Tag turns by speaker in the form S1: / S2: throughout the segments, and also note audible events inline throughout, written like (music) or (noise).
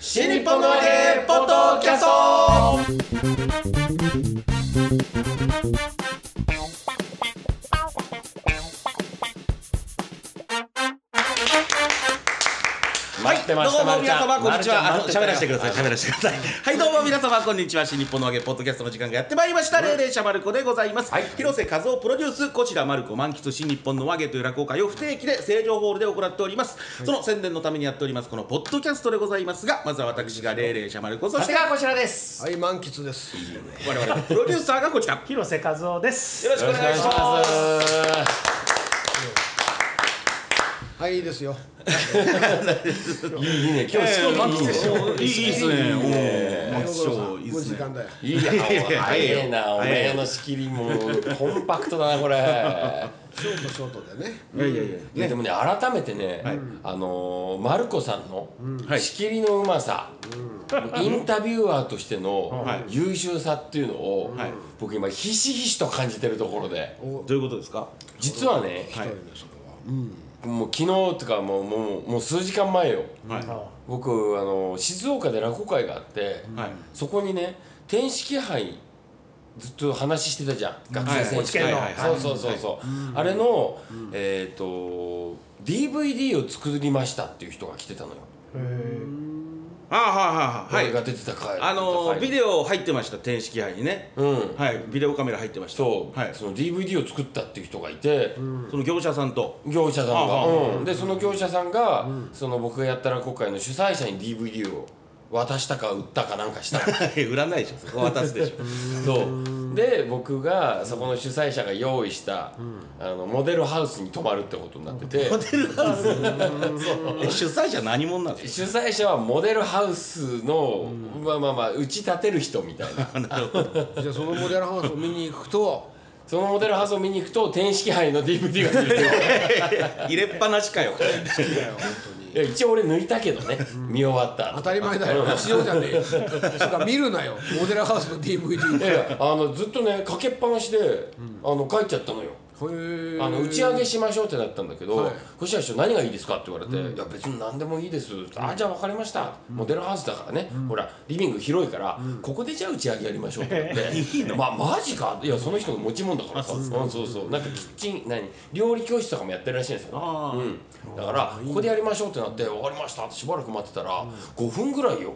S1: 新日本のわけポッドキャストはい、どうも皆様こんにちは。あと喋らせてください。喋らせてください。はい、どうも皆様こんにちは。新日本の揚げポッドキャストの時間がやってまいりました。霊霊者まる子でございます。広瀬和夫プロデュースこちらまる子満喫新日本の和芸という落語会を不定期で成城ホールで行っております。その宣伝のためにやっておりますこのポッドキャストでございますが、まずは私が霊霊者まる子そして
S2: こちらです。
S3: はい、満喫です。
S1: 我々のプロデューサーがこちら。よ
S2: 広瀬和夫です。
S1: ろしくお願いします。
S3: はい、いいですよ。
S4: いいね、今日
S1: え
S4: しかもいいね。
S1: ーいいいいですね。おー満喫賞いい
S3: も
S1: で
S3: う
S1: す
S3: 時
S1: ね。
S3: 間だよ。
S4: いいや、早えな、お
S1: 早いよ
S4: 前の仕切りもコンパクトだな、これ。
S3: ショートショートでね。
S1: いやいやいや。
S4: いやでもね、改めてね、あのー、マルコさんの
S1: はい
S4: 仕切りのうまさ、インタビュアーとしての
S1: はい
S4: 優秀さっていうのを
S1: はい、
S4: 僕今ひしひしと感じてるところで、
S3: お、
S1: どういうことですか。
S4: 実はね、
S1: はい
S3: そうよねそれは。うん。
S4: もう昨日とかもうもうもう数時間前よ、
S1: はいは
S4: 僕あのー静岡で落語会があって、
S1: い。
S4: そこにね天式杯ずっと話してたじゃん学生選手
S1: はいはい
S4: 権
S1: はいはい
S4: のそうそうそうそうあれのえっと DVD を作りましたっていう人が来てたのよ
S1: ああはいはいはい。
S4: 俺が出てた回
S1: あのービ
S4: デ
S1: デオ入ってました天式杯にね。
S4: オうん
S1: はいビデオカメラ入ってました。
S4: そう
S1: はい。
S4: その DVD を作ったっていう人がいて
S1: その業者さんと。
S4: 業者さん
S1: あ
S4: が
S1: あ
S4: うんでその業者さんがその僕がやったら今回の主催者に DVD を渡したか売ったかなんかしたの
S1: 売らないでしょ。そこ (laughs) 渡すでしょ。
S4: そうで僕がそこの主催者が用意した、あのモデルハウスに泊まるってことになってて
S1: ホテルハウス。え主催者何者なんです
S4: 主催者はモデルハウスの、まあまあまあ打ち立てる人みたいな (laughs)
S1: か。なるほど。
S3: じゃあ、そのモデルハウスを見に行くと。
S4: そのモデルハウスを見に行くと天式杯の DVD が出てくる
S1: 入れっぱなしかよ。
S3: 好きだよ、本当に。
S4: いや一応俺抜いたけどね、見終わった後
S3: 当たり前
S4: (laughs)
S3: だよ。日常じゃねえよ。そっか、見るなよ。モデルハウスの
S4: (laughs)
S3: DVD。
S4: いやいやあのずっとねかけっぱなしで、あの帰っちゃったのよ
S3: へえ。
S4: あの打ち上げしましょうってなったんだけど
S3: はい
S4: 「こちら師匠何がいいですか?」って言われて「いや別に何でもいいです」あじゃあ分かりました、モデルハウスだからね、ほらリビング広いから、ここでじゃあ打ち上げやりましょう」って言って (laughs) 「まマジか?」いやその人の持ち物だからさうんそうそうなんかキッチン何料理教室とかもやってるらしいんですよ、
S1: あ
S4: うん、だからここでやりましょうってなって「分かりました」ってしばらく待ってたら5分ぐらいよ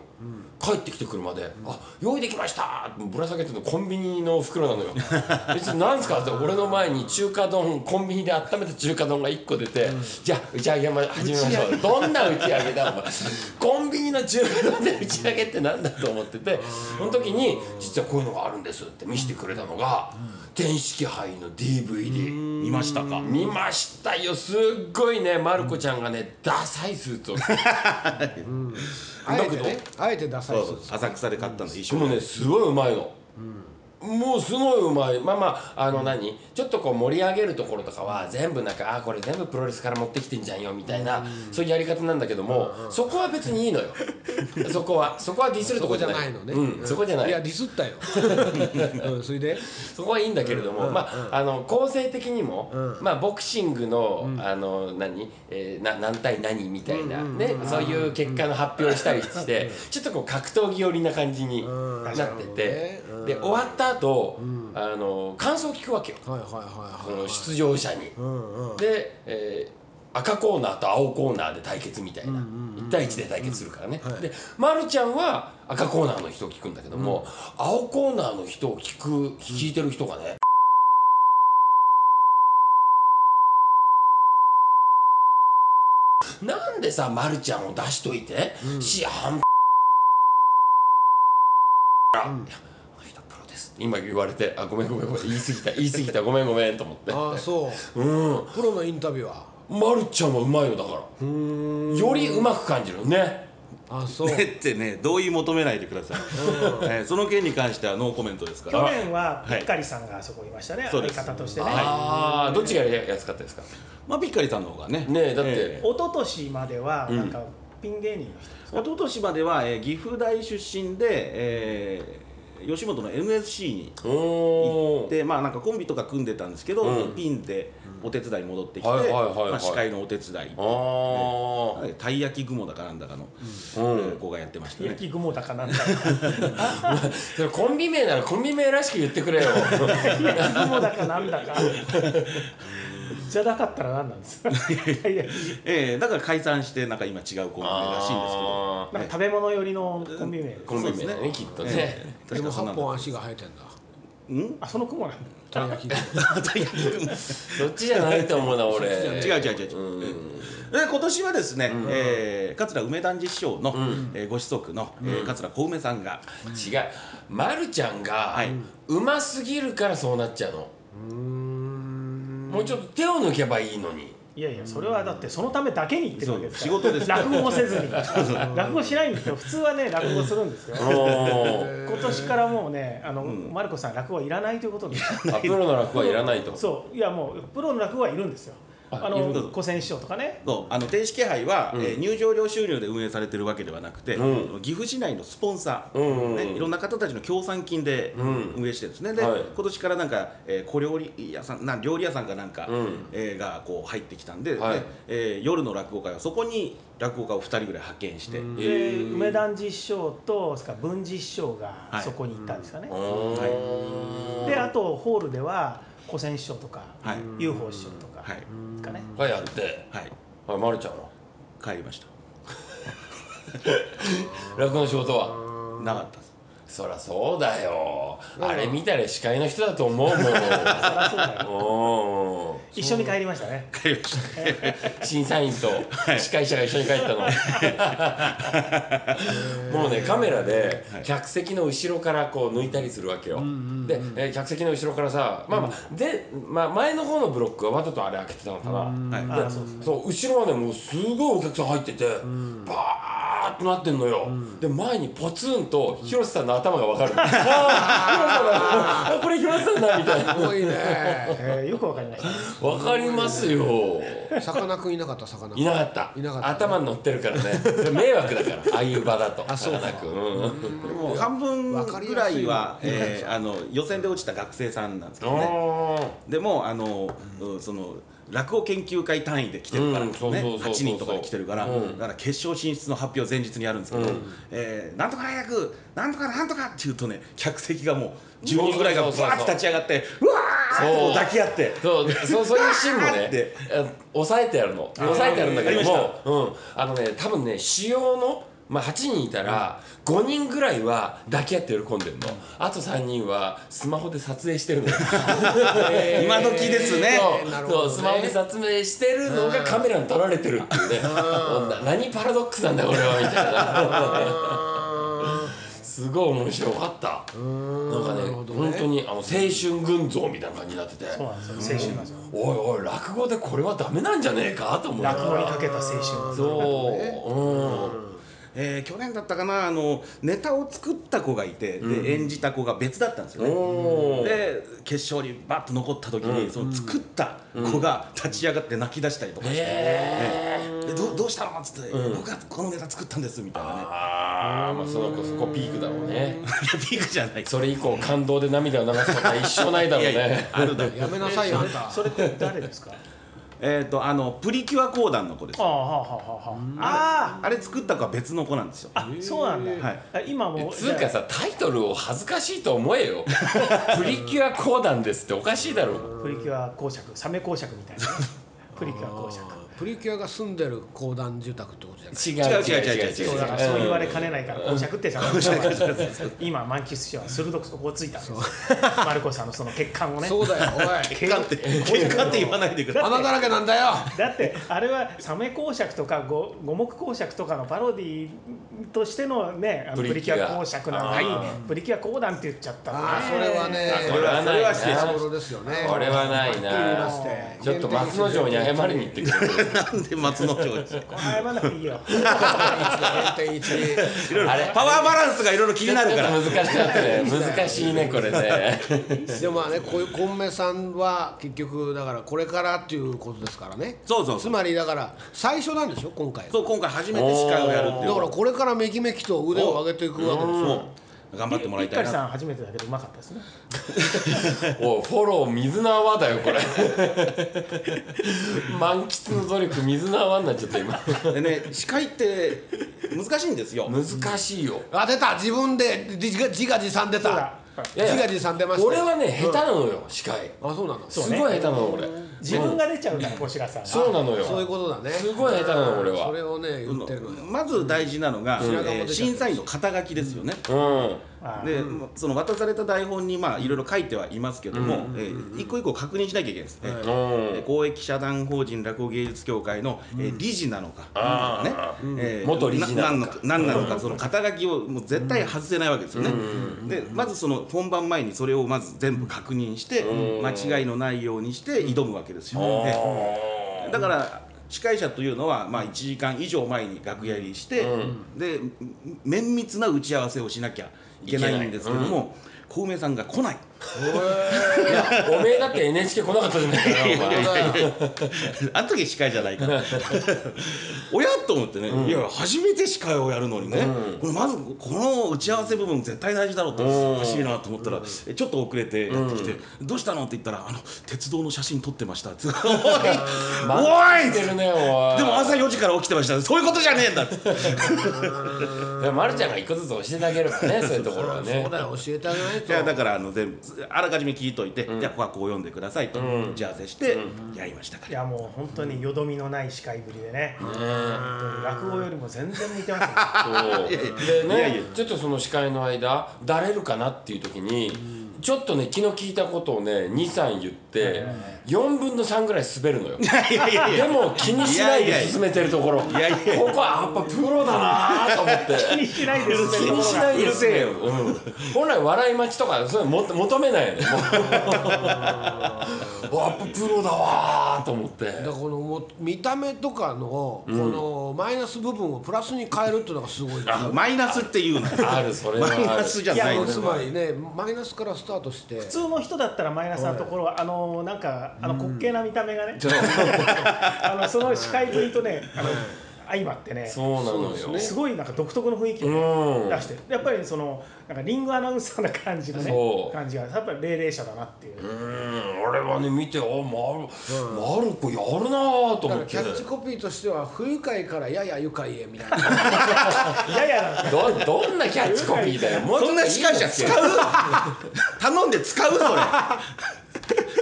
S4: 帰ってきて車で「あ用意できました!」ぶら下げてるのコンビニの袋な (laughs) のよ別に何すかって俺の前に中華丼コンビニで温めた中華丼が1個出て「じゃあ打ち上げま始めましょう」どんな打ち上げだお前コンビニの中華丼で打ち上げってなんだと思っててその時に「実はこういうのがあるんです」って見せてくれたのが電式杯の DVD。
S1: (laughs) 見ましたか。
S4: 見ましたよすっごいねまる子ちゃんがねダサいスーツを着て
S3: あえてね。あえてダサ
S1: そ
S3: いうス
S1: そ
S3: ー
S1: う
S3: ツ。
S1: 浅草で買ったの一
S4: で
S1: 緒
S4: も
S1: に。
S4: ねすごいうまいの、もうすごいうまいまあまああの何、ちょっとこう盛り上げるところとかは全部なんかあーこれ全部プロレスから持ってきてんじゃんよみたいな、そういうやり方なんだけども、そこは別にいいのよそこはそこはディスる
S3: そ
S4: と
S3: こ
S4: こ
S3: じ
S4: じ
S3: ゃ
S4: ゃない
S3: ないのね。
S4: うん、そこじゃない
S3: いや、ディスっ
S4: (laughs)
S3: たよ。うん、それで。
S4: そこはいいんだけれども、まあ、あの構成的にも、まあ、ボクシングの,、あの何、えーな何対何みたいな、ねそういう結果の発表をしたりして、ちょっとこう格闘技寄りな感じに
S3: うん
S4: なってて、
S3: うん
S4: で終わった後、あの感想を聞くわけよ、
S3: はい、はい、はい、
S4: そ
S3: はい
S4: の。出場者に。
S3: うん、うん。
S4: で、えー赤コーナーと青コーナーで対決みたいな、1対1で対決するからね、
S3: はい
S4: で、ま、るちゃんは赤コーナーの人を聞くんだけども、青コーナーの人を聞く聞いてる人がね、なんでさ、ま、るちゃんを出しといて、しあんあの人プロですって今言われてあごめんごめんごめん言い過ぎた言い過ぎたごめんごめんと思って
S3: ああ、そう。
S4: うん
S3: プロのインタビュアーは。
S4: まるちゃんはうまいよだから
S3: うーん。
S4: よりうまく感じるね
S3: あ、
S1: (laughs)
S3: そう。
S1: ねってね同意求めないでください。えーその件に関してはノーコメントですか
S2: 去
S1: ら。
S2: 年は
S1: はい
S2: ゆっかりさんがあそこいましたね。
S1: そう
S2: 相
S1: です
S2: 方としてね。
S4: ああどっちがやりやすかったですか
S1: まあピッカリさんの方がね。
S4: ねえだって
S1: えー
S2: 一昨年までは
S4: うん
S2: なんかピン芸人の人。
S1: 一昨年までは、えー岐阜大出身で、え吉本の NSC に
S4: おー
S1: でまあなんかコンビとか組んでたんですけど、
S4: うん
S1: ピンでお手伝いに戻ってきて、
S4: はいはいはいはい
S1: まあ、司会のお手伝い
S4: あ
S1: はいたい焼き雲だかなんだかの、
S4: あ、う
S1: え
S4: ん
S1: ー、子がやってましたね
S2: 焼き雲だ
S1: (laughs)
S2: かなんだか
S4: それコンビ名ならコンビ名らしく言ってくれよ
S2: 焼き雲だかなんだかじゃなかったら何な
S1: (laughs)
S2: んですかたい焼き
S1: えー、だから解散してなんか今違うコンビらしいんですけど
S4: あ
S2: なんか食べ物寄りのコンビ名
S1: ー
S4: コンビ名だねきっとね、
S1: えー
S3: (laughs) で
S1: 確
S3: も
S1: かそんな
S3: 八
S1: ん
S3: 本
S1: だ
S3: 足が生えてんだ
S1: うん
S2: あその雲なんだ
S3: たい焼き
S1: たい焼き雲
S4: そっちじゃないと思うな俺
S1: 違う違う違う違う
S4: うん
S1: で今年はですね、えー、桂梅団次師匠の、
S4: ん
S1: えーご子息の、えー、桂小梅さんが、
S4: 違う、ま、るちゃんが
S1: はいう
S4: ますぎるからそうなっちゃうの、
S3: うーん
S4: もうちょっと手を抜けばいいのに
S2: いやいやそれはだってそのためだけに言ってるわけですから
S1: そう仕事です
S2: 落語もせずに落語しないんですよ普通はね落語するんですよ
S4: あ
S2: 今年からもうねあの、
S1: ん
S2: マルコさん落語はいらないということに
S4: プロの落語はいらないと
S2: そういやもうプロの落語はいるんですよ
S4: あ
S2: あ
S1: いるんだ
S2: の古戦師匠とかね
S1: そうあの電子気配は、
S4: うん
S1: えー入場料収入で運営されてるわけではなくて、
S4: う
S1: 岐阜市内のスポンサー、
S4: うんうんうん
S1: ね、いろんな方たちの協賛金で
S4: うん
S1: 運営してるんですね、で、
S4: はい
S1: 今年からなんか、えー小料理屋さんなん料理屋さんかなんか、
S4: うん
S1: えーがこう入ってきたんで,で、
S4: はい
S1: えー夜の落語会はそこに落語家を2人ぐらい派遣して、
S3: うん
S4: え
S2: で
S4: ー
S2: 梅団実匠とそれから文治師匠
S1: は
S2: が
S1: い
S2: そこに行ったんですかね、
S4: は
S2: であとホールでは古戦師匠とか、
S1: はい
S2: UFO 師匠とか
S1: はい
S2: ですかね、
S4: はいやって
S1: はい
S4: はいまるちゃんは
S1: 帰りました
S4: 落語の仕事は
S1: なか
S4: (laughs)
S1: ったです
S4: そりゃそうだよあれ見たら司会の人だと思 (laughs) うも
S2: そりゃそうだ
S4: ん
S2: よ
S4: うん
S2: 一緒に帰りましたね
S1: 帰りました
S4: 審査員と司会者が一緒に帰った (laughs) の、もうねカメラで
S1: はい
S4: 客席の後ろからこう抜いたりするわけよ、
S3: んうん
S4: で、えー客席の後ろからさまあまあ、で、まあ、前の方のブロックはわざとあれ開けてたのかな、
S1: はい
S2: ああそうです
S4: そう後ろはねもうすごいお客さん入ってて、バーッとなってんのよ、で前にポツンと広瀬さんの頭がわか (laughs) る、ああー広瀬さんだあこれ広瀬さんだみたいな
S3: (laughs) すごいね
S2: えーよくわかりました
S4: わかりますよ
S3: 魚くんいなかった魚くん
S4: いなかった
S3: いなかった
S4: 頭に乗ってるからねそれ迷惑だからああいう場だとあそうなく、うん、
S1: もう半分
S3: わかり
S1: ぐ
S3: や
S1: ら
S3: すい
S1: いは
S3: わ
S1: えーあの予選で落ちた学生さんなんですけどね
S4: あ
S1: でもあの、うんその落語研究会単位で来てるから、
S4: う
S1: ね
S4: んそうそうそうそう
S1: 8人とかで来てるから、
S4: うん
S1: だから決勝進出の発表前日にやるんですけど、
S4: うん
S1: えーなんとか早くなんとかなんとかっていうとね客席がもう10人ぐらいが
S4: そ
S1: バ
S4: うそうそうそう
S1: ーッて立ち上がってうわーってこう抱き合って。
S4: そうそうそういうシーン
S1: あ
S4: も
S1: ーっ
S4: ね
S1: て
S4: え抑えてやるの抑えてやるんだけど
S1: やり
S4: も、うん、あのね多分ね主要の、まあ、8人いたら5人ぐらいは抱き合って喜んでるのあと3人はスマホで撮影してるの
S1: 今時ですね
S4: そう
S3: なるほ
S4: そ
S3: ど
S4: う
S3: ね
S4: スマホで撮影してるのがカメラに撮られてるっていうねな何パラドックスなんだ俺はみたいなすごい面白かった (laughs) なんかね本当にあの青春群像みたいな感じになってて
S2: そうなんですよ青春なんですよ
S4: おいおい落語でこれはダメなんじゃねえかと思う
S2: 落語にかけた青春
S4: そう、
S1: えー去年だったかなあのネタを作った子がいて、で演じた子が別だったんですよ
S4: うん
S1: ね。
S4: おー
S1: で決勝にバッと残った時に、その作った子が立ち上がって泣き出したりとかして、
S4: へ
S1: ええでどうどうしたのっつって、
S4: うん
S1: 僕がこのネタ作ったんですみたいなね
S4: ああまあその子そこピークだろうね
S1: いやピークじゃない
S4: それ以降感動で涙を流すことは一生ないだろうね
S1: いやいやあるだろ
S3: やめなさいよあんた
S2: それって誰ですか
S1: えっとあのプリキュア講談の子です
S2: ああはあはあはああ
S1: あれ作った子は別の子なんですよ
S2: ああそうなんだ、
S1: はい
S2: あ今もう
S4: つうかさタイトルを恥ずかしいと思え (laughs) よ「プリキュア講談です」っておかしいだろ
S2: プリキュア公爵サメ公爵みたいなプリキュア公爵
S3: プリキュアが住んでる公団住宅ってことじゃない
S4: 違う
S1: 違う違う違う違
S2: そうだからそう言われかねないから公爵ってさ、今満喫師匠は鋭くそこをついたんですよマルコさんのその欠陥をね
S3: そうだよおい
S1: 結果って結果って言わないでください
S3: 穴だらけなんだよ
S2: だってあれはサメ公爵とか五五目公爵とかのパロディとしてのねあの
S4: プリ
S2: プリ
S4: キ
S2: キ
S4: ュア
S2: ュア公爵なのに
S4: あ
S2: プリキュア講談って言っちゃったのね
S3: ああそれはね
S4: あこれはないな
S1: それ
S3: 近頃ですよね
S4: これはない
S3: は
S4: なちょっと松之丞に謝りに行ってくる
S1: (laughs) な
S4: (laughs)
S1: んで松之丞です
S2: これ謝らなくていいよ
S3: 0.1
S1: いろいろパワーバランスがいろいろ気になるから
S4: ちょっと難しくなってね難しいねこれね
S3: (laughs) でもまあねこういうコンメさんは結局だからこれからっていうことですからね
S1: そうそう
S3: つ
S1: そう
S3: まりだから最初なんでしょ今回
S1: そう今回初めて司会をやるっていう
S3: だからこれからめきめきと腕を上げていくわけです
S1: そう
S3: よ
S1: 頑張ってもらいたい
S2: ピッカリ
S1: な
S2: さん初めてだけどうまかったですね
S4: おいフォロー水縄だよこれ満喫の努力水縄になっちゃった今
S1: でね司会って難しいんですよ
S4: 難しいよ
S3: あ出た自分で自自画自賛出
S2: そうだ
S3: た
S4: いやいや
S3: 自画自賛出ましたよ
S4: 俺はね下手なのよ司会
S3: あそうなの
S4: す
S2: う
S4: ご
S2: ね
S4: い下手なの俺
S2: 自分が出ちゃうから小白さんが
S4: そうなのよ
S3: そういうことだね
S4: すごい下手なの俺は
S3: それをね言ってるのよ
S1: まず大事なのが、
S3: ん
S1: えー審査員の肩書きですよね、
S4: うん
S2: ああ
S1: でその渡された台本にまあいろいろ書いてはいますけども、えー一個一個確認しなきゃいけないですね、
S4: うん
S1: えー公益社団法人落語芸術協会の、えー理事なのか、ね
S4: あ
S1: えー
S4: 元理事なのか
S1: ななんなのかその肩書きをもう絶対外せないわけですよね、でまずその本番前にそれをまず全部確認して、
S4: うん
S1: 間違いのないようにして挑むわけですよ、えー
S4: あ
S1: だから司会者というのは、まあ、1時間以上前に楽屋入りして、で綿密な打ち合わせをしなきゃいけないんですけども、小梅さんが来ない
S4: いやおめえだって NHK 来なかったじゃないかなお前
S1: (laughs) あの時司会じゃないから (laughs) おやと思ってね、いや初めて司会をやるのにね、これまずこの打ち合わせ部分絶対大事だろうと
S4: うん
S1: おかしいなと思ったら、えちょっと遅れてやってきて「どうしたの?」って言ったら「あの鉄道の写真撮ってました」 (laughs) つって「おいおい!」
S4: 来てるねおい
S1: でも朝4時から起きてましたそういうことじゃねえんだって
S4: いやまるちゃんが一個ずつ教えてあげればねそういうところはね
S3: そうだよ教えてあげない
S1: い
S3: と
S1: やだからあの全部あらかじめ聞いといて、じゃあここはこう読んでくださいと
S4: うん
S1: 打ち合わせしてやりましたか
S2: い
S1: ら、
S2: やもう本当によどみのない司会ぶりでね本当に落語よりも全然似
S4: (laughs)
S2: てますね
S4: そうで
S1: いやいや
S4: ねちょっとその司会の間だれるかなっていう時にちょっとね気の利いたことをね23言って4分の3ぐらい滑るのよ
S1: いやいやい (laughs)
S4: で
S1: や
S4: も気にしな
S1: いや
S4: い
S1: い
S4: で
S1: や
S4: 進めてるところここ
S1: やいや
S4: はやっぱプロだなと思って
S1: (laughs)
S2: 気にしないですね
S4: 気にしないで
S1: うるせえよ
S4: うん本来笑い待ちとかそういうのも求
S1: (laughs)
S4: めないよねもうわやっぱプロだわーと思って
S3: だからこのもう見た目とかのこのマイナス部分をプラスに変えるっていうのがすごいね
S1: マイナスっていうの
S4: あるそれは
S1: マ
S4: ある
S1: イナスじゃ
S3: いや
S1: ないの
S3: つまりねマイナスからスタートして
S2: 普通の人だったらマイナスなところはあのなんかあの滑稽な見た目がね (laughs) あのその司会ぶりとねあの相まってね
S4: そうなの
S3: そう
S4: よ
S3: です
S2: ごいなんか独特の雰囲気
S4: う
S2: を
S4: ん
S2: 出してるやっぱりそのなんかリングアナウンサーな感じの
S4: そう
S2: ね感じがやっぱり霊々者だなっていう
S4: うーん俺はね見てあマルマルコやるなーと
S3: だか
S4: 思っ
S3: らキ
S4: て
S3: ャッチコピーとしては不愉快からやや愉快へみたいな
S2: いやいやなんか
S4: どどんなキャッチコピーだよもうちょ
S1: (laughs) そ
S4: っ
S1: ん
S4: と
S1: ない
S4: い
S1: 司会者使う頼んで使うそれ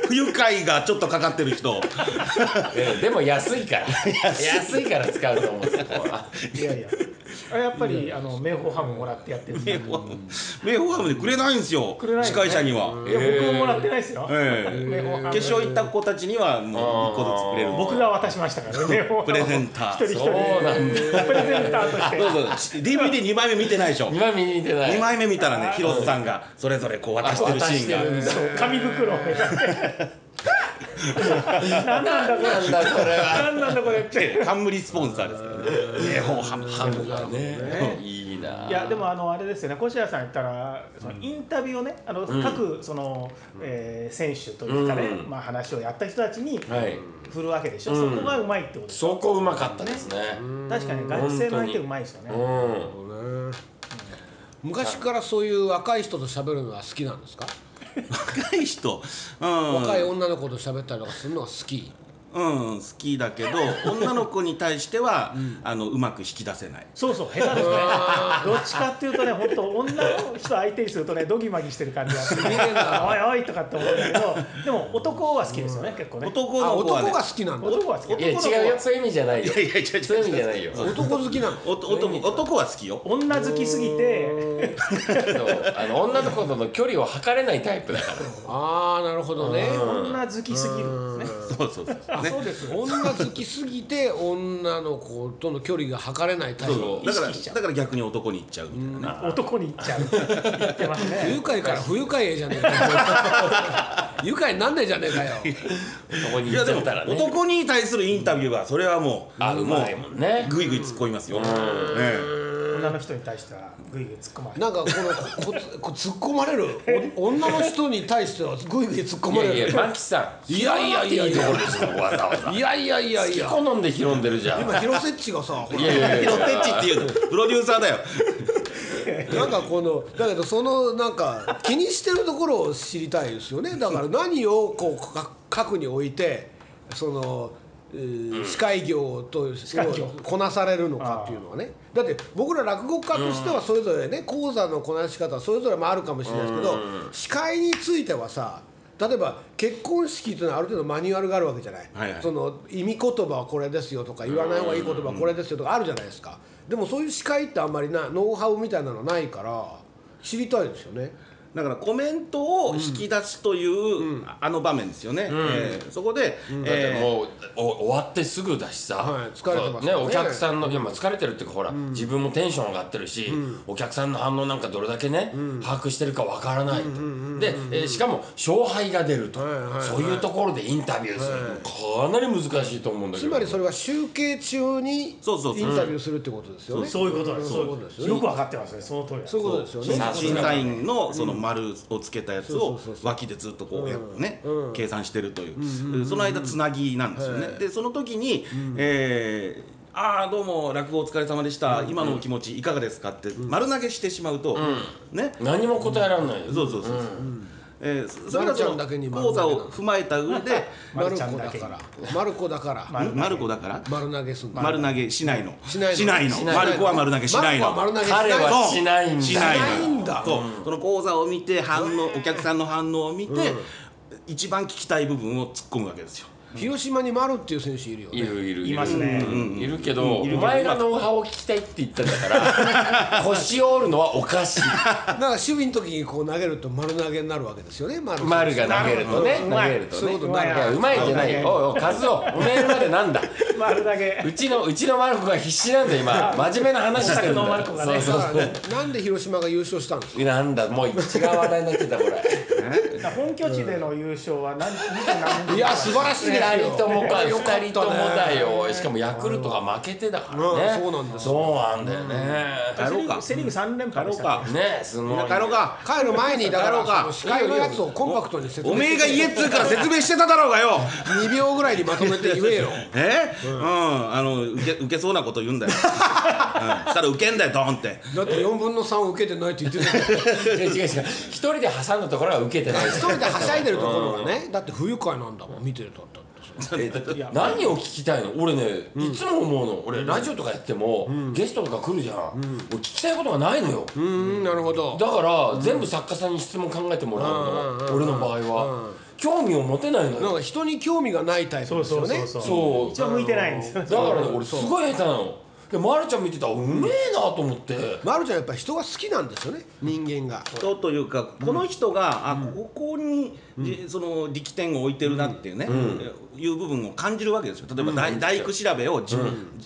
S1: 不愉快がちょっとかかってる人
S4: うんでも安いから
S1: (laughs)
S4: 安いから使うと思うそこはい
S2: やいやあれやっぱりあの明宝ハムもらってやってるんで
S1: 明宝ハムでくれないんですよ
S2: くれない
S1: 司会者には、
S2: いや僕ももらってないですよ
S1: ええ
S2: 明宝ハム
S1: 決勝行った子たちにはもう1個ずつくれる
S2: 僕が渡しましたからね明宝ハム
S1: プレゼンター
S2: 一人一人
S4: そうな
S1: (laughs)
S4: ん
S2: プレゼンターとして
S1: どうぞ DVD2 枚目見てないでしょ
S4: 今見に行ってな
S1: 2
S4: い
S1: 枚目見たらね広瀬さんがそれぞれこう渡してるシーンが
S4: あ渡してるんだ
S2: そう紙袋を置いて何なんだこ
S4: なんだこれは
S1: (laughs)
S2: れ何なんだこれって
S1: 冠スポンサーですからね。ね、ほう、は、はむがね。
S4: いいない
S2: やでもあのあれですよね、小白さん言ったら、そのインタビューをね、あの各その、えー選手というかね、
S4: うん
S2: まあ話をやった人たちに
S4: はい
S2: 振るわけでしょ。
S4: うん
S2: そこがうまいってことでしょ。
S4: そこうまかったですね
S2: 確かに外国製の相手うまいですよ
S4: う
S2: ね。
S4: ん
S3: 昔からそういう若い人と喋るのは好きなんですか、
S1: 若い人。うん。
S3: 若い女の子と喋ったりとかするのは好き
S1: うん、好きだけ
S4: (laughs)
S1: ど、女の子に対しては、あの、うまく引き出せない。
S2: そうそう下手ですね。どっちかっていうとね、本当女の人相手にするとね、ドギマギしてる感じがあって、おいおいとかって思うんだけど、でも男は好きですよね、結構ね。
S1: 男
S3: あ
S1: の子は
S3: 男
S1: ね
S3: が。好きなんだ
S2: 男は好
S4: い
S2: き。
S4: や違うよそういう意味じゃないよ
S1: いやいや、違う、
S4: そういう意味じ
S1: 違
S4: ゃ
S1: う、違う。
S4: ないよ
S3: 男好きなの
S1: おと男男は好きよ。
S2: 女好きすぎて、
S4: そうあの女の子との距離を測れないタイプだから
S3: ああなるほどね
S2: 女好きすぎるんですね。
S1: そうそうそう。ね。
S2: そうですよ。
S3: 女好きすぎて女の子との距離が測れないタイプ
S1: だから、だから逆に男に行っちゃうみたいなね。
S2: 男に行っちゃう。言ってます
S3: 不愉
S2: ね。
S3: 快から不愉快へじゃねえ
S1: (laughs)
S3: か愉快になんねえじゃねえかよ
S4: そこに
S1: い
S4: 行
S1: や、
S4: っち
S1: で
S4: ゃ
S1: も
S4: ったら、ね
S1: 男に対するインタビューは、それはもう。
S4: あうまいもんね
S1: ぐいぐい突っ込みますよ。ええ
S2: 女の人に対してはグイグイ突っ込まれる。
S3: なんかこのこここ突っ込まれるお女の人に対してはグイグイ突っ込
S4: い
S3: ま
S4: や
S3: れる
S4: いやマキさん
S3: いやいやいやいや
S4: 拾わなくていいところですよわざわざ
S3: いやいやいやいや
S4: 好んで拾んでるじゃん
S3: 今広瀬っちがさほら
S4: いやいやいや
S1: ヒロテッチっていうのプロデューサーだよ。
S3: なんかこのだけどそのなんか気にしてるところを知りたいですよねだから何をこうか核に置いてその、えー司会業と
S2: 司会業
S3: こなされるのかっていうのはねだって僕ら落語家としてはそれぞれね講座のこなし方それぞれもあるかもしれないですけど司会についてはさ例えば結婚式というのはある程度マニュアルがあるわけじゃない、
S1: はいはい
S3: その意味言葉はこれですよとか言わない方がいい言葉はこれですよとかあるじゃないですかでもそういう司会ってあんまりなノウハウみたいなのないから知りたいですよね
S1: だからコメントを引き出すという、ああの場面ですよね、えーそこで、
S4: だって
S1: えー
S4: もうお終わってすぐだしさ、
S3: はい疲れてます
S4: ね
S3: よね
S4: お客さんのいやまあ疲れてるっていうかほら、自分もテンション上がってるし、お客さんの反応なんかどれだけね、把握してるかわからないと、で、えーしかも勝敗が出ると、
S3: はいはいはい
S4: そういうところでインタビューする、かなり難しいと思うんだけ
S3: つ
S4: ど
S3: まりそれは集計中にインタ
S1: そうそう
S3: ビ
S1: そう
S3: ューするってことですよね
S2: そういうことなんです。
S3: そういうことです
S2: よ
S3: よ
S2: く
S3: ね
S2: わかってますね。その通りなんです
S3: そういうことですよ
S4: さ
S3: ね
S4: すが
S1: 審査員のその丸をつけたやつ
S3: そう
S1: を
S3: そうそうそう
S1: 脇でずっとこうや
S3: うん
S1: ね
S3: うん
S1: 計算してるというその間つなぎなんですよね
S3: はい
S1: でその時にえーああどうも落語お疲れ様でした今のお気持ちいかがですかって丸投げしてしまうとね
S4: 何も答えられないよ、
S1: そうそうそうそうえーそそれが
S3: なるちゃ
S1: そ
S3: んだけに
S1: の
S3: 丸投
S1: 講
S3: げな
S1: 座
S3: の
S1: を踏まえた上で
S3: マ
S2: マ
S3: ル
S2: ル
S3: コ
S2: ちゃん
S3: だ
S2: だけに
S3: からマルコだから
S2: 丸投げ
S1: マルコだから
S3: 丸投げすんの
S1: 丸投げしないの
S3: しないの
S1: の
S4: しないの
S1: マルコは丸投げしないの
S3: マルコは丸投げしない
S4: 彼
S3: の
S4: はしないんだ
S1: しない
S3: しないんだ
S1: そう、その講座を見て反応お客さんの反応を見て、一番聞きたい部分を突っ込むわけですよ
S3: 広島に丸っていう選手いるよ
S4: い
S3: ね
S4: るいるいる
S2: いますね
S4: うんいるけど、お前がノウハウを聞きたいって言ったんだ
S3: (laughs)
S4: から腰を折るのはおかしい
S3: なんか守備の時にこう投げると丸投げになるわけですよね丸
S4: 丸が投げるとね
S2: う
S4: 投
S2: まい
S4: げるとね
S3: そういうことになる
S4: いやうまいじゃないよおいおいカズオおめえのまでなんだ
S2: 丸投げ。
S4: うちのうちのマルコが必死なんだよ今真面目な話してるんだ
S2: お宅のマルコがね
S4: そうそ
S3: だか
S4: う
S3: らねなんで広島が優勝したんですか
S4: そうなんだもう違う話題になってたこれ
S2: 本拠地での優勝は何二十何年ぶり
S3: (laughs) いや素晴らしいですよ
S4: 2人ともか
S3: よかった
S4: 2
S3: ね
S4: 人ともだよしかもヤクルトが負けてだからね
S3: うんそうなんですよ
S4: そうなんだよね
S1: 帰ろうか
S2: セリーグ三連覇でしたっけ。
S4: ねすごい
S1: みんな帰ろうか
S3: 帰る前にだか
S1: 帰ろ
S3: ら
S1: うか
S3: その司会のやつをコンパクトに説明
S1: おめえが
S3: して
S1: 言えっつうから説明してただろうがよ
S3: 2秒ぐらいにまとめて言えよ
S1: えうん、あの受け受けそうなこと言うん (laughs) だよ、うん、したら受けんだよドンって
S3: だって4分の3を受けてないって言ってたから
S4: 違う違う違う一人で挟んだところは受けてない
S3: 一人ではしゃいでるところがねだって不愉快なんだもん見てるとだって
S4: えだって何を聞きたいの俺ねいつも思うの俺ラジオとかやってもゲストとか来るじゃん俺聞きたいことがないのよ
S3: うーんなるほど
S4: だから全部作家さんに質問考えてもらう
S3: うんうんうんう
S4: の
S3: ん
S4: 俺の場合
S3: うん
S4: は興味を持てないの
S3: なん
S4: よ
S3: か人に興味がないタイプ
S2: そう
S3: です
S2: そ
S3: よ
S2: う
S3: ね
S2: そうそう。
S4: そう
S2: 一応向いてないんですよ。
S4: だからね俺すごい下手なのでまるちゃん見てたらうめえなと思って
S3: まるちゃんやっぱり人が好きなんですよね人間が
S1: 人というかこの人が、あここに、じその力点を置いてるなっていうね、いう部分を感じるわけですよ例えば、大大工調べを、じゅ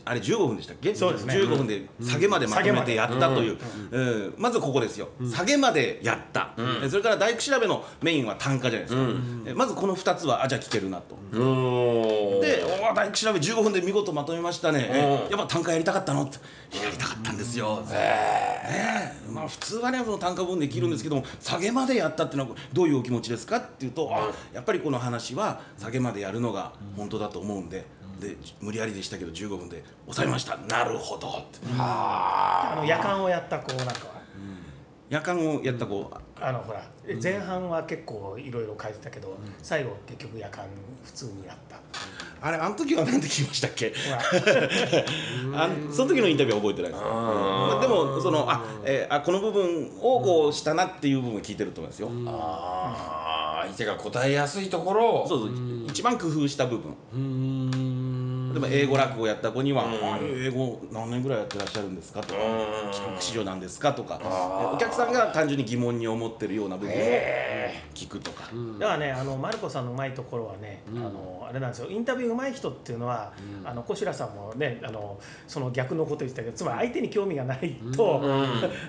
S1: あれ15分でしたっけ
S2: そうですね
S1: 15分で下げまでまとめてやったという、うんまずここですよ、下げまでやった、えそれから大工調べのメインは単価じゃないですか、えまずこの2つはあじゃあ聞けるなと。
S4: うーん
S1: でおー大工調べ15分で見事まとめましたね、えやっぱ単価やりたかったのってやりたかったんですよ、ねえまあ、普通はねその単価分で切るんですけども、下げまでやったっていうのはどういうお気持ちですかっていうと、あやっぱりこの話は下げまでやるのが本当だと思うんで,、で無理やりでしたけど15分で抑えましたなるほどって、
S2: あの夜間をやった子なんかは。
S1: 夜間をやった子、
S2: あのほら前半は結構いろいろ変えてたけど、最後結局夜間普通にやった。
S1: あれあの時は何て聞きましたっけ
S2: ほら
S1: あその時のインタビューは覚えてないです、まあ、でもそのあ、えーあこの部分をこうしたなっていう部分を聞いてると思いますよ、
S4: あー相手が答えやすいところを
S1: そうそう一番工夫した部分例えば英語落語やった子には「あ英語何年ぐらいやってらっしゃるんですか?」とか「帰国子女なんですか?」とかお客さんが単純に疑問に思ってるような部分を聞くとか、
S2: だからねあのマルコさんのうまいところはね、あのあれなんですよインタビューうまい人っていうのは、あの小白さんもねあのその逆のこと言ってたけどつまり相手に興味がないと、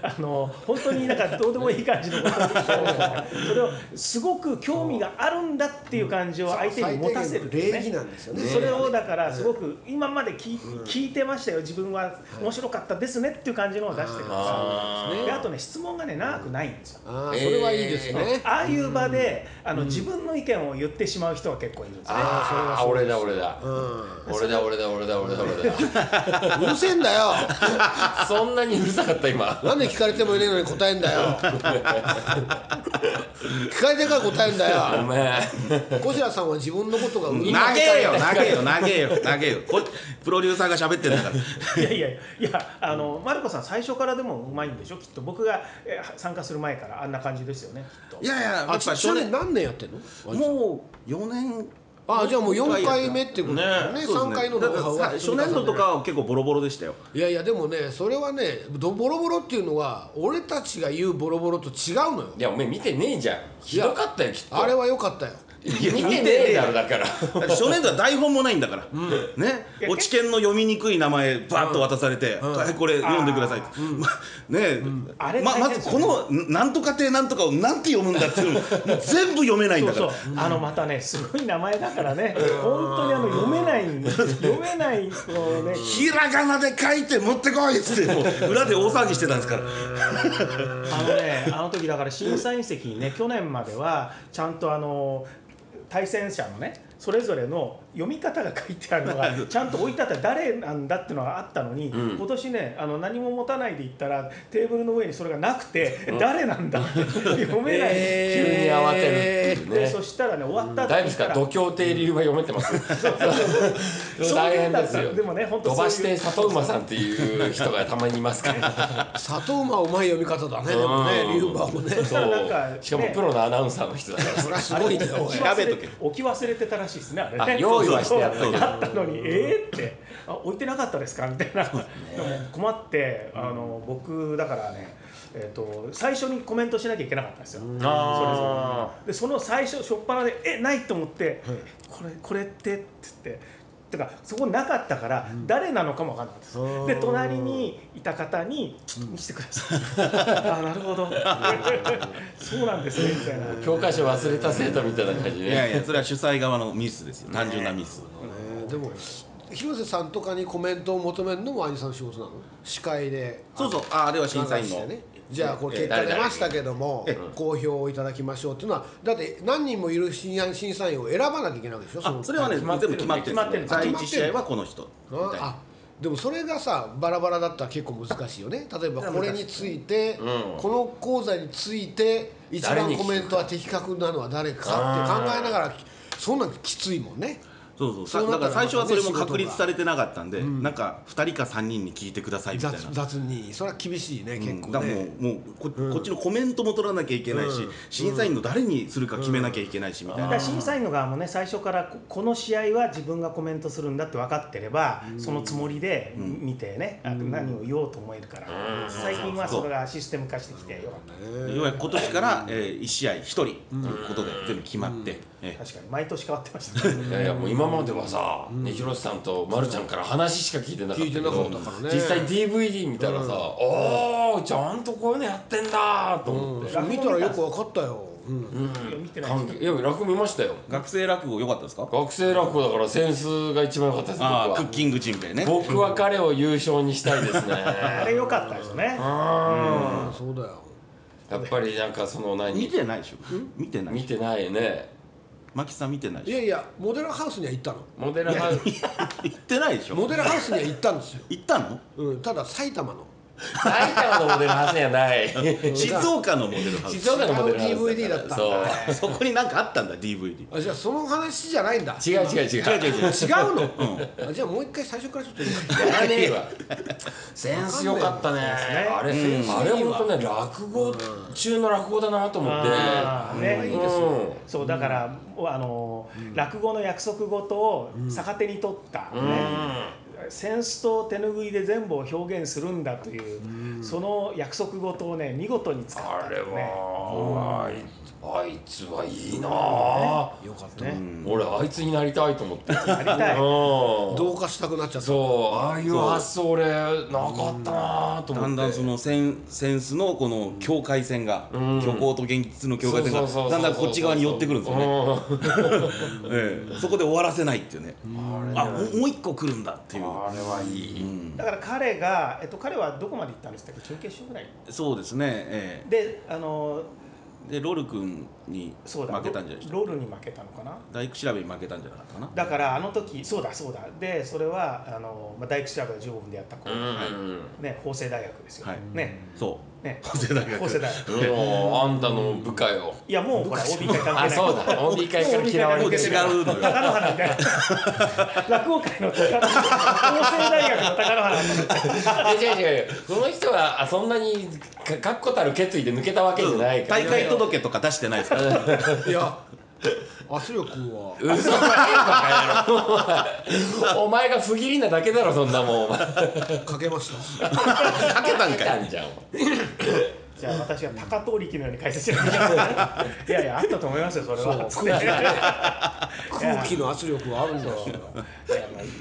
S2: あの本当になんかどうでもいい感じのことを言ってるからそれをすごく興味があるんだっていう感じを相手に持たせるっていうね
S3: 礼儀なんですよね
S2: それをだからすごく今まで聞,、聞いてましたよ自分は面白かったですねっていう感じのを出してるから、
S4: あ
S2: であとね質問がね長くないんですよ。
S3: ああそれはいいですね、
S2: ああいう場で、あの自分の意見を言ってしまう人は結構いるんですね。
S4: ああ俺だ俺だ
S3: う
S4: 俺だ俺だ俺だ俺だ俺だ (laughs)
S3: ん、うるせえんだよ
S4: そんなにうるさかった今
S3: なんで聞かれてもいねえのに答えんだよ聞かれてから答えんだ
S4: ご
S3: よ
S4: めん
S3: 小白さんは自分のことがう
S1: 投げよ投げよ投げよ投げよこプロデューサーが喋ってん
S3: (laughs)
S1: だから
S2: いやいやいやあのマルコさん最初からでもうまいんでしょきっと僕がえー参加する前からあんな感じですよねきっと
S1: いやいややっ
S3: あ
S1: ぱ
S3: ちな
S1: 少
S3: みに
S1: 年
S3: 何年やってんの
S1: もう4年
S3: あじゃあもう4回目ってことだよね
S1: ねそうです
S3: 3回の
S1: だ
S3: ノウ
S1: から
S3: ハウは
S1: さ初年度とかは結構ボロボロでしたよ
S3: いやいやでもねそれはねどボロボロっていうのは俺たちが言うボロボロと違うのよ
S4: いやお前見てねえじゃんひどかったよきっと
S3: あれは良かったよ
S4: いや見てねえだろだか
S1: だ
S4: ら
S1: って初年度は台本もないんだから、ね
S2: いや
S1: 落ち研の読みにくい名前バーッと渡されて、はいこれ読んでくださいって、まねえ、
S2: あれ
S1: ま
S2: 大変
S1: ま
S2: です
S1: ず
S2: よ
S1: こ
S2: ね
S1: のんなんとかてなんとかをなんて読むんだっていうのもう全部読めないん
S2: そ
S1: だ
S2: う
S1: か
S2: そ
S1: ら
S2: うあのまたねすごい名前だからね本当にあの読めないんです読めないこのね
S1: ひらがなで書いて持ってこいっつってもう裏で大騒ぎしてたんですから
S2: あのね、あの時だから審査員席にね、去年まではちゃんとあの対戦者のね、それぞれの読み方が書いてある
S4: (laughs)
S2: のが、ちゃんと置いてあった誰なんだっていうのがあったのに、
S4: ん
S2: 今年ね、あの何も持たないで行ったら、テーブルの上にそれがなくて、誰なんだって読
S4: (laughs)
S2: めな
S4: 急に
S2: い、
S4: 慌てるっていう
S2: で
S4: ね
S2: そしたらね、終わった
S4: 大
S2: 後
S4: 丈夫で
S2: に
S4: すか度胸定理由は読めてます
S2: そう
S4: 大
S2: いうん
S4: 変
S2: だ
S4: で
S2: っ
S4: す
S2: たら
S4: よ
S2: でもね本当
S4: 土
S2: そうい
S4: 橋
S2: う
S4: 亭里馬さんっていう人がたまにいますから
S3: 里馬はうまい読み方だねでもね
S4: うん
S3: 龍馬もね
S2: したらなんか
S4: しかも
S2: ね
S4: プロのアナウンサーの人だから
S3: そりゃすごいねおい
S1: 調べとけ
S2: 置き忘れてたらしいですねあれね
S4: あ用意はしてあったけど
S2: あったのにえーってあ置いてなかったですかみたいな、困ってあの僕だからねえっと最初にコメントしなきゃいけなかったんですよ、
S4: あ
S2: でその最初初っ端で「えない!」と思って「これこれって」って言って。てかそこなかったから誰なのかも分かんなかったです、
S3: うん
S2: で隣にいた方に「見せてください」あなるほどそうなんですね」みたいな
S4: 教科書忘れた生徒みたいな感
S1: い
S4: じ
S1: や
S4: ね
S1: いやそれは主催側のミスですよ単純なミス、
S3: えーでも広瀬さんとかにコメントを求めるのも兄さんの仕事なの司会で
S1: そうそうああれは
S3: あの
S1: 審査員
S3: 流して
S1: の、
S3: ねじゃあこれ
S1: え
S3: 結果出ましたけども
S1: え
S3: 好評をいただきましょうっていうのはだって何人もいる審査員を選ばなきゃいけないわけでしょ
S1: あ
S3: の
S1: それはね
S4: 決まっ
S1: 全
S4: てる
S1: 部決まってるんですよね
S2: 決まっ
S1: 第
S2: てる
S1: 一試合はこの人みたいな
S3: あでもそれがさバラバラだったら結構難しいよね例えばこれについて、
S4: うん
S3: この講座について一
S4: 誰
S3: 番
S4: に聞く
S3: コ
S4: か
S3: メントは的確なのは誰かって考えながらそんなんきついもんね
S1: そうそう
S3: そ
S1: さ
S3: う
S1: だ
S3: なった
S1: からら最初はそれも確立されてなかったんで、なんか2人か3人に聞いてくださいみたい
S3: 雑
S1: な。
S3: 雑にそれは厳しいね
S1: うん
S3: 結
S1: だ
S3: 構
S1: からも
S3: ね、
S1: うもうこ,、こっちのコメントも取らなきゃいけないし、
S3: うん
S1: 審査員の誰にするか決めなきゃいけないしみたい
S2: だ
S1: な、
S2: から審査員の側もね最初からここの試合は自分がコメントするんだって分かってればそのつもりで見てねあ何を言おうと思えるから最近はそれがシステム化してきてよかった
S1: 要は今年から、え1試合1人ということで全部決まって、ええ
S2: 確かに毎年変わってましたね
S4: いやいやもう今まではさ、ね、広瀬さんと丸ちゃんから話しか聞いてなかったけど
S3: 聞いてなかったからね
S4: 実際 DVD 見たらさ、おおちゃんとこういうのやってんだと思って、
S3: うん見たらよく分かったよ、うん
S4: うん
S2: いや見てない
S4: 関係いや楽見ましたよ
S1: 学生落語良かったですか
S4: 学生落語だからセンスが一番良かったです僕
S1: ああク
S4: は
S1: ッキング人兵衛ね
S4: 僕は彼を優勝にしたいですね
S2: あ
S3: (laughs)
S2: れ良かったですよね
S4: うん
S3: そうだよ
S4: やっぱりなんかその何
S1: 見てないでしょ見てない
S4: 見てないね
S1: 牧さん見てない
S3: い
S1: でし
S3: やいやモデルハウスには行ったの
S4: モデルハウス
S1: ょ行ってないでし
S3: モ
S1: ょ
S3: デルハウスには行ったんですよ、
S1: 行った
S3: (laughs)
S1: の
S3: うん、ただ埼玉の
S4: 埼玉のモデルハウスやない
S3: (laughs)
S1: 静岡のモデルハウス
S4: 静岡のモデルハウスから
S3: DVD だったん
S1: (laughs)
S3: だ
S1: そこになんかあったんだ DVD
S3: あじゃあその話じゃないんだ
S4: そう違う違う違
S1: 違う違
S4: う
S1: う違う
S3: 違うの、あじゃあもう一回最初からちょっと言う
S4: やらねえわセンス良かったねあれ、あれ本当ね落語中の落語だなと思って、
S2: あーね
S4: うん
S3: いいですよ
S2: そうだからあの落語の約束事を逆手に取った
S4: うん
S2: ねセンスと手拭いで全部を表現するんだというその約束事をね見事に使った
S4: あ
S2: んだ
S4: れ
S2: よね
S4: は、あいつはいいなあ、
S3: よかった、
S2: ね
S4: 俺あいつになりたいと思ってなり
S2: たい
S3: 同化したくなっちゃった
S4: そうああいう発想俺なかったなあと思っ
S1: だ
S4: て
S1: んだんそのセンセンスのこの境界線が、
S4: うん
S1: 虚構と現実の境界線
S4: そうそうそうそ
S1: が
S4: う
S1: だんだんこっち側に寄ってくるんですよね、ええそこで終わらせないっていうね、
S4: うん
S1: あもうもう一個来るんだっていう、
S4: あれはいい、
S1: うん
S2: だから彼が、えっと、彼はどこまで行ったんですか準決勝ぐらい
S1: そうですね、え
S2: であの
S1: えでロル君に
S2: そうだ
S1: 負けたんじゃないですか
S2: ロロールに負けたのかな
S1: 大工調べに負けたんじゃなかったかな
S2: だからあの時そうだそうだでそれはあの、まあ、大工調べを15分でやった子、
S4: うん
S2: ね、法政大学ですよ、
S1: はい
S2: ね
S1: そう
S2: ね
S1: 法政大学
S2: 法政大学
S4: もうあんたの部下よ
S2: いやもうほら OB 会関係ない
S4: あそうだ OB 会から嫌わ
S1: も
S4: れ
S1: う
S4: て
S1: 違
S4: る
S1: うのよ
S2: 高野花みたいな落語界の高野花法政大学の高野花みたいな
S4: 違う違う違うその人はあそんなにかかっこたる決意で抜けたわけじゃないから
S1: 大会届とか出してないですから
S3: いや圧力は
S4: 嘘だよお前が不義理なだけだろそんなもん
S3: かけました
S1: かけたんか
S4: た
S1: い
S4: んじゃん
S2: じゃあ私は高遠力のように解説してる
S1: (laughs)
S2: みたいなねいやいやあったと思いますよそれはつっていや
S3: 空気の圧力はあるんですよ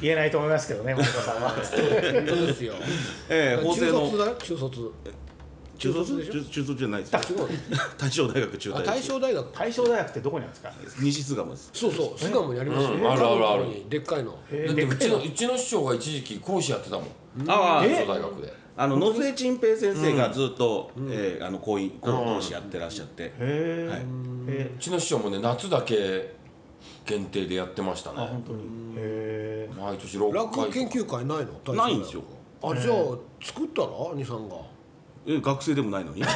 S2: 言えないと思いますけどね森田さんはつって
S3: 本当ですよ
S1: ええ法
S3: 中
S1: 政
S3: 卒
S1: の
S3: だよ中卒
S1: 中卒
S3: 中卒でしょ
S1: 中中卒じゃないですよ
S3: すごい
S1: 大正大学中
S3: あ
S1: 大
S3: (laughs) 大
S1: です
S3: 正大学
S2: 大正大学ってどこにあるんですか
S1: 西巣鴨です
S3: そうそう巣鴨にありますよ、
S4: うんあるあるある
S3: でっかいの
S2: え
S4: だっ
S2: ー
S4: て
S2: で
S4: うちのうちの師匠が一時期講師やってたもん
S1: ああ
S4: 大学で
S1: あの野末陳平先生がずっと、えーあの講演講師やってらっしゃって、
S2: へ
S1: はい
S2: え
S4: うちの師匠もね夏だけ限定でやってました
S2: あ
S4: ね
S2: 本当にへえ
S4: 毎年6回
S3: 落語研究会ないの大正大学
S1: ないんですよ
S3: あじゃあ作ったら兄さんが
S1: え学生でもないのに (laughs)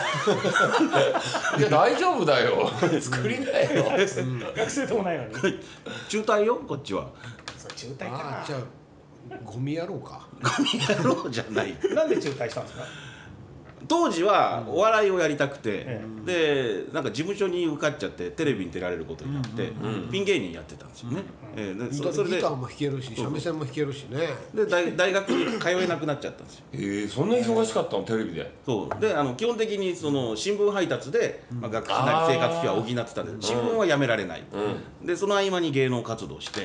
S4: いや大丈夫だよ (laughs) 作りなよ
S2: 学生でもないのに
S1: 中退よこっち (laughs) は
S2: そう中退
S3: あ
S2: か
S3: じゃあゴミ野郎か
S1: やろうじゃない
S2: ななんで中退したんですか
S1: 当時はお笑いをやりたくて、
S2: え
S1: でなんか事務所に受かっちゃってテレビに出られることになって、ピン芸人やってたんですよね、えーで
S3: ギ
S1: そそれで
S3: ターも弾けるし
S1: そう
S3: 三味線も弾けるしね
S1: で大大学に通えなくなっちゃったんですよ
S4: えー、そんな忙しかったのテレビで
S1: そうであの基本的にその新聞配達で、まあ、学費なり生活費は補ってたんで新聞はやめられない、でその合間に芸能活動して、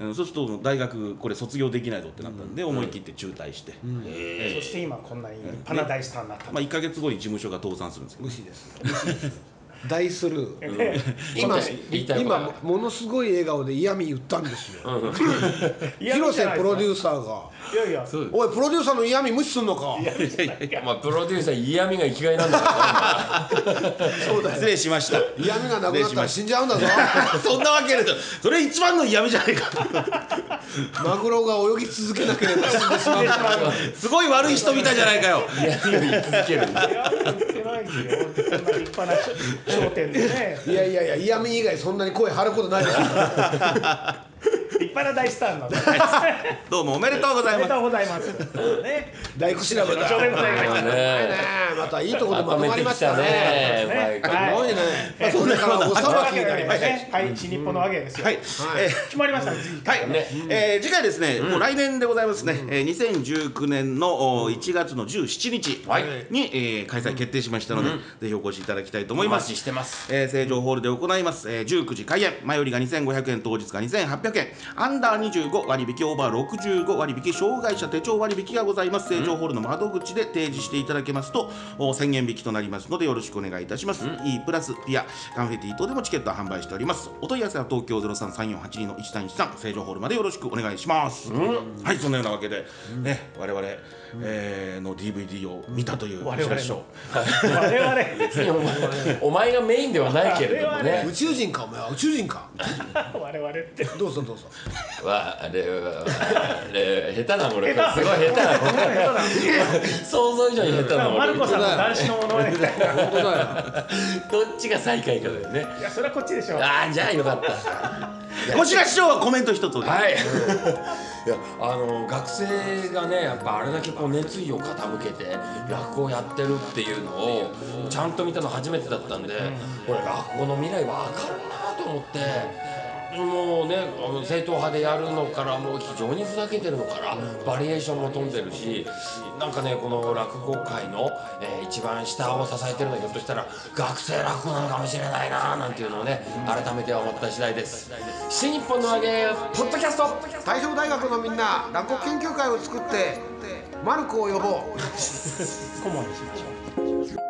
S1: うんそうするともう大学これ卒業できないぞってなったんで、思い切って中退して、
S4: え
S2: そして今こんなに立派な大スターになった
S1: まあ、1か月後に事務所が倒産するんですけど
S3: 無視です大スルー
S2: ね
S3: 今
S4: 言いたいことが
S3: 今ものすごい笑顔で嫌味言ったんですよ
S2: 嫌味
S3: 広
S2: じゃ
S3: 瀬
S2: ないです
S3: プロ
S2: か
S3: デューサーが
S2: いやいや
S3: 「おいプロデューサーの嫌味無視すんのか
S4: まあプロデューサー嫌味が生きがいなんだか
S1: そうだ (laughs) 失礼しました
S3: 嫌味がなくなったら死んじゃうん (laughs) だぞ
S1: (laughs) そんなわけですよそれ一番の嫌味じゃないか (laughs)
S3: マグロが泳ぎ続けなければ死んでしまうんだぞ
S1: すごい悪い人みたいじゃないかよ
S4: ら嫌味が言い続ける
S2: いや言ってないですよそんな立派な商店でね
S3: いやいやいや嫌味以外そんなに声張ることないですよ
S2: 立派な大スターなんで
S1: どうもおめでとうござ
S2: おめ
S1: います
S2: でとうございますね
S3: 大工調べだ
S2: 商店ござい
S4: ま
S2: ま
S4: あ
S2: す
S3: ね
S4: ね
S3: えまたいいとこ
S4: ま
S3: ろでま
S4: と
S3: と
S4: め
S3: ま
S4: て
S3: りま
S4: き
S3: したたね。
S4: ね毎
S2: ね
S3: す
S4: 回
S3: ごいね。まあ、それからお
S2: という
S3: さば
S2: わ
S3: き
S2: け
S3: に
S2: で
S3: なりました。
S2: ねはい新日本のわけですよ
S1: はい、えー
S2: 決まりました次
S1: は
S2: 回
S1: い、
S4: ね
S1: えー次回ですね、もう来年でございますね、えー2019年のおー1月の17日に、
S4: はい
S1: えー開催決定しましたので、ぜひお越しいただきたいと思い
S4: お
S1: ま
S4: 待
S1: す
S4: ちしてます
S1: えー、成城ホールで行います、えー、19時開演前売りが2500円当日が2800円アンダー25割引オーバー65割引障害者手帳割引がございます成城ホールの窓口で提示していただけますとお1000円引きとなりますのでよろしくお願いいたします、E プラスピアカンフェティ等でもチケットは販売しておりますお問い合わせは東京033482の1313成城ホールまでよろしくお願いします、はいそんなようなわけで、ね我々、えーの DVD を見たという
S2: 我々
S1: でしょ
S2: の我々
S4: お前がメインではないけれどもね
S3: 宇宙人か、お前は宇宙人か。
S2: 我々って
S3: どうぞどうぞ。
S4: わあれはあれ下手な俺すごい下手な
S2: こんな人だ
S4: 想像以上に下手な
S2: マル
S4: 俺
S2: コさんの男子のものまねみたいな
S3: 本当だよ。
S4: どっちが最下位かだよね
S2: いやそれはこっちでしょ
S4: ああじゃあよかった
S1: うこちら師匠はコメント一つお願いします
S4: はい。 (laughs) いやあの学生がねやっぱあれだけこう熱意を傾けて落語をやってるっていうのをちゃんと見たの初めてだったんでこれ落語の未来わかるなと思って。もうねあの正統派でやるのからもう非常にふざけてるのからバリエーションも飛んでるしなんかねこの落語界の、えー一番下を支えてるのはひょっとしたら学生落語なのかもしれないななんていうのをね改めて思った次第です。新日本の揚げポッドキャスト
S3: 大正大学のみんな落語研究会を作ってマルコを呼ぼう
S2: 顧問にしましょう。